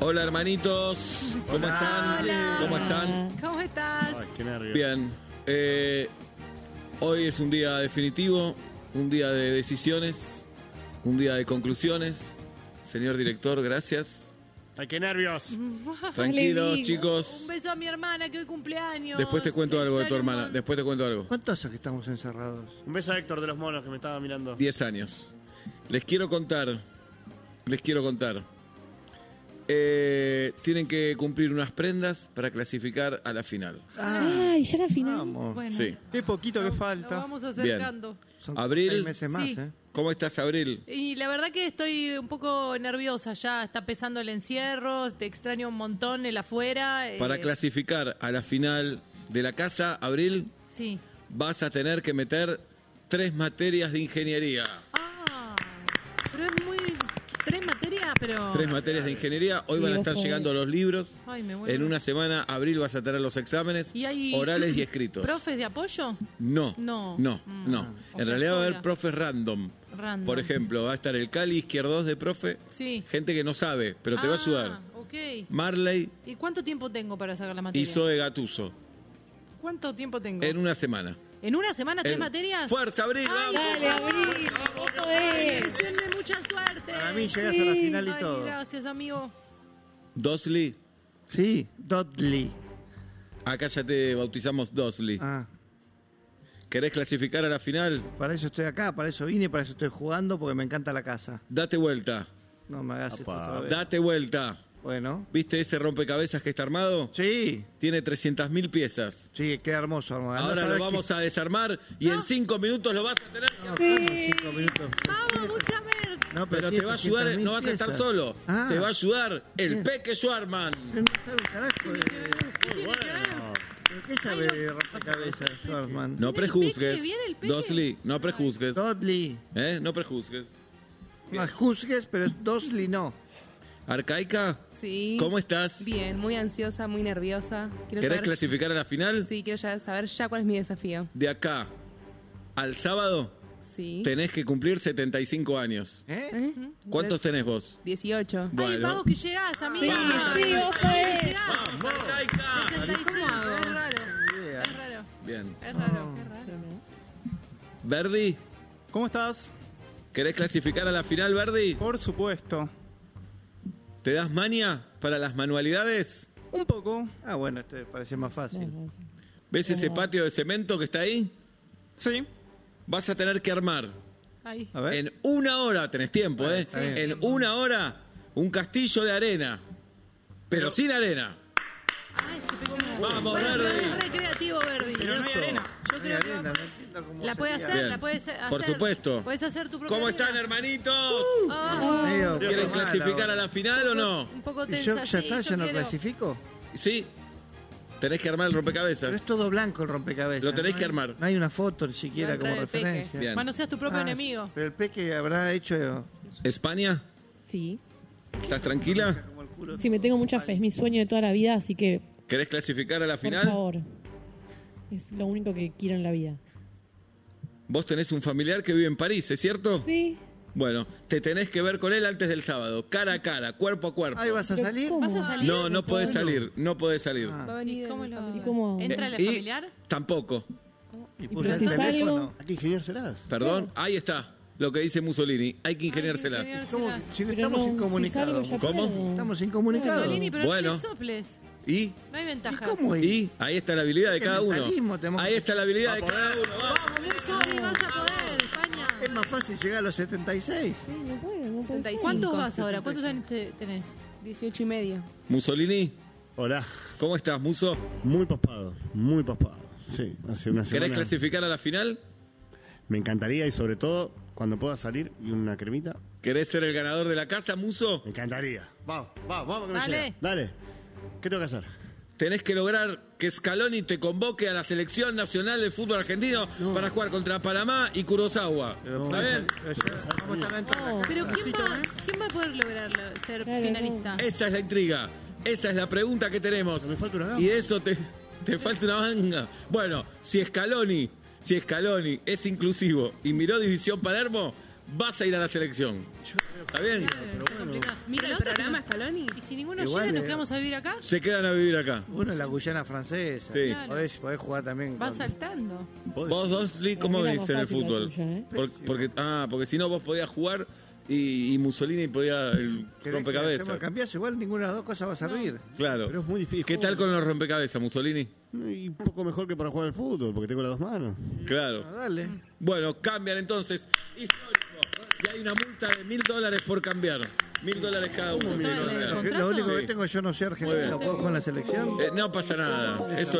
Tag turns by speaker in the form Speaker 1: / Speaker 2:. Speaker 1: Hola hermanitos, ¿cómo están?
Speaker 2: Hola.
Speaker 1: ¿Cómo están?
Speaker 2: ¿Cómo estás?
Speaker 3: Ay, qué nervio.
Speaker 1: Bien. Eh, hoy es un día definitivo, un día de decisiones, un día de conclusiones. Señor director, gracias.
Speaker 3: Ay, qué nervios.
Speaker 1: Tranquilos,
Speaker 4: digo.
Speaker 2: Un
Speaker 1: chicos.
Speaker 2: beso a mi hermana que hoy cumpleaños.
Speaker 1: Después te cuento
Speaker 2: La
Speaker 1: algo de tu
Speaker 2: extraño un
Speaker 1: hermana.
Speaker 2: montón.
Speaker 1: Después te cuento algo.
Speaker 5: ¿Cuánto hace que estamos encerrados?
Speaker 3: Un beso a Héctor de los monos que me estaba mirando.
Speaker 1: 10 años. Les quiero contar. Les quiero contar. Eh, tienen que cumplir unas prendas para clasificar a la final.
Speaker 5: Ah,
Speaker 4: Ay, ya la final.
Speaker 5: Vamos.
Speaker 2: Bueno,
Speaker 1: Sí.
Speaker 5: Qué poquito que
Speaker 2: nos
Speaker 5: falta.
Speaker 2: vamos acercando.
Speaker 5: Son
Speaker 1: Abril.
Speaker 5: seis meses más,
Speaker 2: Sí.
Speaker 5: ¿eh?
Speaker 1: ¿Cómo estás, Abril?
Speaker 2: Y la verdad que estoy un poco nerviosa ya. Está pesando el encierro, te extraño un montón el afuera. eh,
Speaker 1: Para clasificar a la final de la casa, Abril,
Speaker 2: Sí.
Speaker 1: vas a tener que meter tres materias de ingeniería.
Speaker 2: Ah, pero es muy... Tres materias, pero...
Speaker 1: Tres materias de ingeniería. Hoy van a
Speaker 4: Dios,
Speaker 1: estar
Speaker 4: joder.
Speaker 1: llegando los libros.
Speaker 2: Ay, me vuelvo.
Speaker 1: En una semana, Abril, vas a tener los exámenes
Speaker 2: Y hay-
Speaker 1: orales y escritos.
Speaker 2: ¿Profes de apoyo?
Speaker 1: No.
Speaker 2: No.
Speaker 1: No,
Speaker 2: Mm.
Speaker 1: no.
Speaker 2: Ah. O
Speaker 1: En
Speaker 2: sea,
Speaker 1: realidad va a haber
Speaker 2: sola.
Speaker 1: profes random.
Speaker 2: Random.
Speaker 1: Por ejemplo, va a estar el Cali Izquierdos de profe.
Speaker 2: Sí.
Speaker 1: Gente que no sabe, pero te va a
Speaker 2: Ah,
Speaker 1: ayudar.
Speaker 2: ok.
Speaker 1: Marley
Speaker 2: ¿Y cuánto tiempo tengo para sacar la materia?
Speaker 1: y Zoe Gatuso.
Speaker 2: ¿Cuánto tiempo tengo?
Speaker 1: En una semana.
Speaker 2: ¿En una semana tres
Speaker 1: En-
Speaker 2: materias?
Speaker 1: ¡Fuerza, Abril!
Speaker 2: Ay,
Speaker 1: vamos!
Speaker 4: Dale, abrí. Joder.
Speaker 2: Deseenme mucha suerte.
Speaker 5: Para mí llegas a la final y
Speaker 2: Ay,
Speaker 5: todo.
Speaker 2: Gracias, amigo.
Speaker 1: Dosley.
Speaker 5: Sí, Dudley.
Speaker 1: Acá ya te bautizamos Dosley.
Speaker 5: Ah,
Speaker 1: ¿Querés clasificar a la final?
Speaker 5: para eso estoy acá, para eso vine, para eso estoy jugando, porque me encanta la casa.
Speaker 1: Date vuelta.
Speaker 5: No me hagas esto
Speaker 3: Apa.
Speaker 5: otra vez.
Speaker 1: Date vuelta.
Speaker 5: Bueno.
Speaker 1: ¿Viste ese rompecabezas que está armado?
Speaker 5: Sí,
Speaker 1: Tiene 300.000 piezas.
Speaker 5: sí, queda hermoso, hermano. Andá
Speaker 1: Ahora
Speaker 5: a saber
Speaker 1: lo vamos a desarmar y en 5 minutos lo vas a tener.
Speaker 5: quién- No, ¿cómo? Cinco minutos.
Speaker 2: Vamos, mucha merda.
Speaker 5: No,
Speaker 1: Pero te
Speaker 5: tiene
Speaker 1: va a ayudar,
Speaker 5: 300.000
Speaker 1: no vas a estar
Speaker 5: piezas.
Speaker 1: solo.
Speaker 5: Ah,
Speaker 1: Te va a ayudar el
Speaker 5: Bien.
Speaker 1: Peque Schwarman.
Speaker 5: pero no sabe un carajo de-
Speaker 2: Tiene que ver.
Speaker 5: ¿Pero qué sabe de rompecabezas, Schwarzman?
Speaker 1: No
Speaker 2: Viene el
Speaker 1: prejuzgues.
Speaker 2: Peque, viene el Peque.
Speaker 1: Dosley, no prejuzgues.
Speaker 5: Dudley.
Speaker 1: ¿Eh? No prejuzgues.
Speaker 5: No juzgues, pero es Dudley no.
Speaker 1: Arcaica,
Speaker 6: Sí.
Speaker 1: ¿cómo estás?
Speaker 6: Bien, muy ansiosa, muy nerviosa. Quiero
Speaker 1: ¿Querés
Speaker 6: saber,
Speaker 1: clasificar a la final?
Speaker 6: Sí, quiero ya saber ya cuál es mi desafío.
Speaker 1: De acá al sábado
Speaker 6: Sí.
Speaker 1: tenés que cumplir 75 años.
Speaker 5: ¿Eh?
Speaker 6: ¿Eh?
Speaker 1: ¿Cuántos tenés vos?
Speaker 6: 18.
Speaker 2: Ay,
Speaker 1: Bueno.
Speaker 2: vamos que llegás, amigo.
Speaker 4: Sí,
Speaker 2: Vamos,
Speaker 4: sí,
Speaker 2: vamos
Speaker 4: vos
Speaker 2: que
Speaker 4: podés.
Speaker 2: llegás.
Speaker 1: ¡Arcaica!
Speaker 2: 75, es raro.
Speaker 5: idea.
Speaker 2: Es raro,
Speaker 1: Bien.
Speaker 2: es raro, qué raro.
Speaker 1: Verdi,
Speaker 7: ¿Cómo estás?
Speaker 1: ¿querés clasificar a la final, Verdi?
Speaker 7: Por supuesto.
Speaker 1: ¿Te das mania para las manualidades?
Speaker 7: Un poco.
Speaker 5: Ah, bueno, este parece más fácil.
Speaker 1: ¿Ves ese patio de cemento que está ahí?
Speaker 7: Sí.
Speaker 1: Vas a tener que armar.
Speaker 2: Ay.
Speaker 5: A ver.
Speaker 1: En una hora tenés tiempo, ¿eh?
Speaker 5: está bien.
Speaker 1: En una hora, un castillo de arena. Pero sin arena.
Speaker 2: Ay, se pegó.
Speaker 1: Vamos,
Speaker 2: Bueno, pero
Speaker 1: Verdi.
Speaker 2: es recreativo, Verdi.
Speaker 7: Pero no hay arena.
Speaker 2: Yo creo que
Speaker 5: arena,
Speaker 2: vamos-
Speaker 5: no entiendo cómo
Speaker 2: La puedes
Speaker 5: sería.
Speaker 2: hacer,
Speaker 1: Bien.
Speaker 2: la puedes hacer.
Speaker 1: Por supuesto.
Speaker 2: Puedes hacer tu propia
Speaker 1: ¿Cómo están,
Speaker 2: arena.
Speaker 1: hermanitos?
Speaker 5: Uh,
Speaker 2: Ah,
Speaker 5: Medio
Speaker 1: ¿Quieren
Speaker 5: cosa mala
Speaker 1: clasificar a
Speaker 5: ahora.
Speaker 1: la final o no?
Speaker 2: Un poco
Speaker 5: ¿Y
Speaker 2: tensa.
Speaker 5: yo, ya
Speaker 2: sí,
Speaker 5: está,
Speaker 2: yo
Speaker 5: ya no
Speaker 2: quiero-
Speaker 5: clasifico.
Speaker 1: Sí. Tenés que armar el
Speaker 5: Pero
Speaker 1: rompecabezas.
Speaker 5: es todo blanco el rompecabezas.
Speaker 1: Lo tenés
Speaker 5: no
Speaker 1: que
Speaker 5: hay-
Speaker 1: armar.
Speaker 5: No hay una foto ni siquiera
Speaker 6: Lo
Speaker 5: como
Speaker 6: trae el peque.
Speaker 5: referencia.
Speaker 1: Bien.
Speaker 2: Bueno, seas tu propio
Speaker 5: Ah,
Speaker 2: enemigo.
Speaker 5: Pero el peque habrá hecho
Speaker 1: ¿España?
Speaker 4: Sí.
Speaker 1: ¿Estás tranquila?
Speaker 5: como el culo.
Speaker 4: Sí, me tengo mucha fe. Es mi sueño de toda la vida, así que,
Speaker 1: ¿Querés clasificar a la
Speaker 4: por
Speaker 1: final?
Speaker 4: favor. Es lo único que quiero en la vida.
Speaker 1: Vos tenés un familiar que vive en París, ¿es cierto?
Speaker 4: Sí.
Speaker 1: Bueno, te tenés que ver con él antes del sábado, cara a cara, cuerpo a cuerpo.
Speaker 5: Ahí vas a
Speaker 4: Pero
Speaker 5: salir.
Speaker 4: ¿cómo?
Speaker 2: ¿Vas a salir?
Speaker 1: No, no podés
Speaker 4: Bueno.
Speaker 1: salir, no podés salir. Eh,
Speaker 5: Ah,
Speaker 6: Va a venir
Speaker 2: ¿Y cómo
Speaker 6: el
Speaker 2: lo-
Speaker 6: familiar.
Speaker 4: ¿Y cómo hago?
Speaker 2: ¿Entra la
Speaker 1: Y
Speaker 2: familiar?
Speaker 1: Tampoco.
Speaker 5: y
Speaker 4: pero
Speaker 5: pulsa
Speaker 4: si
Speaker 5: el
Speaker 4: salgo-
Speaker 5: teléfono.
Speaker 3: ¿A qué ingeniero serás?
Speaker 1: Perdón, ahí está lo que dice Mussolini. Hay que ingeniárselas.
Speaker 2: Ay,
Speaker 5: ¿Cómo que-
Speaker 2: ingeniárselas.
Speaker 5: si
Speaker 4: Pero
Speaker 5: estamos
Speaker 4: no, si salgo
Speaker 5: incomunicados.
Speaker 4: ya
Speaker 1: ¿Cómo?
Speaker 4: pierdo.
Speaker 5: Estamos incomunicados.
Speaker 2: Mussolini, pero
Speaker 1: Bueno.
Speaker 2: no le soples.
Speaker 1: ¿Y?
Speaker 2: No hay ventajas.
Speaker 5: ¿Cómo es?
Speaker 1: ¿Y? Ahí está la habilidad de
Speaker 5: Qué
Speaker 1: cada uno.
Speaker 5: mentalismo tenemos
Speaker 1: Ahí
Speaker 5: que-
Speaker 1: está la habilidad de cada uno. vamos.
Speaker 2: Mussolini, vas a poder, España.
Speaker 5: Es más fácil llegar a los 76.
Speaker 4: Sí, no puedo, no puedo. ser.
Speaker 6: 75.
Speaker 2: ¿Cuántos vas ahora? ¿Cuántos años te- tenés?
Speaker 6: 18 y medio.
Speaker 1: Mussolini,
Speaker 3: Hola.
Speaker 1: ¿cómo estás, Muso?
Speaker 3: Muy paspado, muy paspado. Sí, hace una
Speaker 1: ¿Querés
Speaker 3: semana.
Speaker 1: clasificar a la final?
Speaker 3: Me encantaría y sobre todo cuando pueda salir y una cremita.
Speaker 1: ¿Querés ser el ganador de la casa, Muso?
Speaker 3: Me encantaría. Vamos, vamos, vamos que me
Speaker 2: Dale.
Speaker 3: llega. Dale. ¿Qué tengo que hacer?
Speaker 1: Tenés que lograr que Scaloni te convoque a la selección nacional de fútbol argentino para jugar contra Panamá y Kurosawa. ¿Está bien?
Speaker 5: Pero ya vamos a estar dentro de la casa.
Speaker 2: Pero ¿quién va, ¿quién va a poder lograrlo, ser
Speaker 4: Claro,
Speaker 2: finalista?
Speaker 1: Esa es la intriga. Esa es la pregunta que tenemos.
Speaker 3: Me falta una gamba.
Speaker 1: Y de eso te, te falta una manga. Bueno, si Scaloni, si Scaloni es inclusivo y miró División Palermo, vas a ir a la selección. ¿Está bien?
Speaker 6: Mira el programa Scaloni.
Speaker 2: Y si ninguno
Speaker 5: Igual,
Speaker 2: llega, nos
Speaker 5: eh,
Speaker 2: quedamos a vivir acá.
Speaker 1: Se quedan a vivir acá.
Speaker 5: Uno es la Guyana francesa.
Speaker 1: Sí.
Speaker 5: Podés, podés jugar también.
Speaker 6: Va
Speaker 5: con-
Speaker 6: saltando.
Speaker 1: Vos, dos, Lee, ¿cómo
Speaker 4: Era
Speaker 1: venís
Speaker 4: más
Speaker 1: en el
Speaker 4: fácil la
Speaker 1: fútbol?
Speaker 4: tuya, ¿eh?
Speaker 1: Por- porque, ah, porque si no vos podías jugar y, y Mussolini podía el
Speaker 5: ¿Querés que
Speaker 1: rompecabezas.
Speaker 5: hacemos cambiazo? igual ninguna de las dos cosas va a servir.
Speaker 1: Claro.
Speaker 3: Pero es muy difícil.
Speaker 1: ¿Qué tal con los rompecabezas, Mussolini?
Speaker 3: Y un poco mejor que para jugar al fútbol, porque tengo las dos manos.
Speaker 5: Ah,
Speaker 1: Claro.
Speaker 5: dale.
Speaker 1: Bueno, cambian entonces. Histórico. Y hay una multa de mil dólares por cambiar. Mil dólares cada uno.
Speaker 2: mil
Speaker 1: Mil
Speaker 2: dólares?
Speaker 1: dólares.
Speaker 5: Lo único
Speaker 1: Sí.
Speaker 5: que tengo yo no soy
Speaker 1: Muy bien.
Speaker 5: argentino, puedo jugar en la selección.
Speaker 1: Eh, no pasa nada. Eso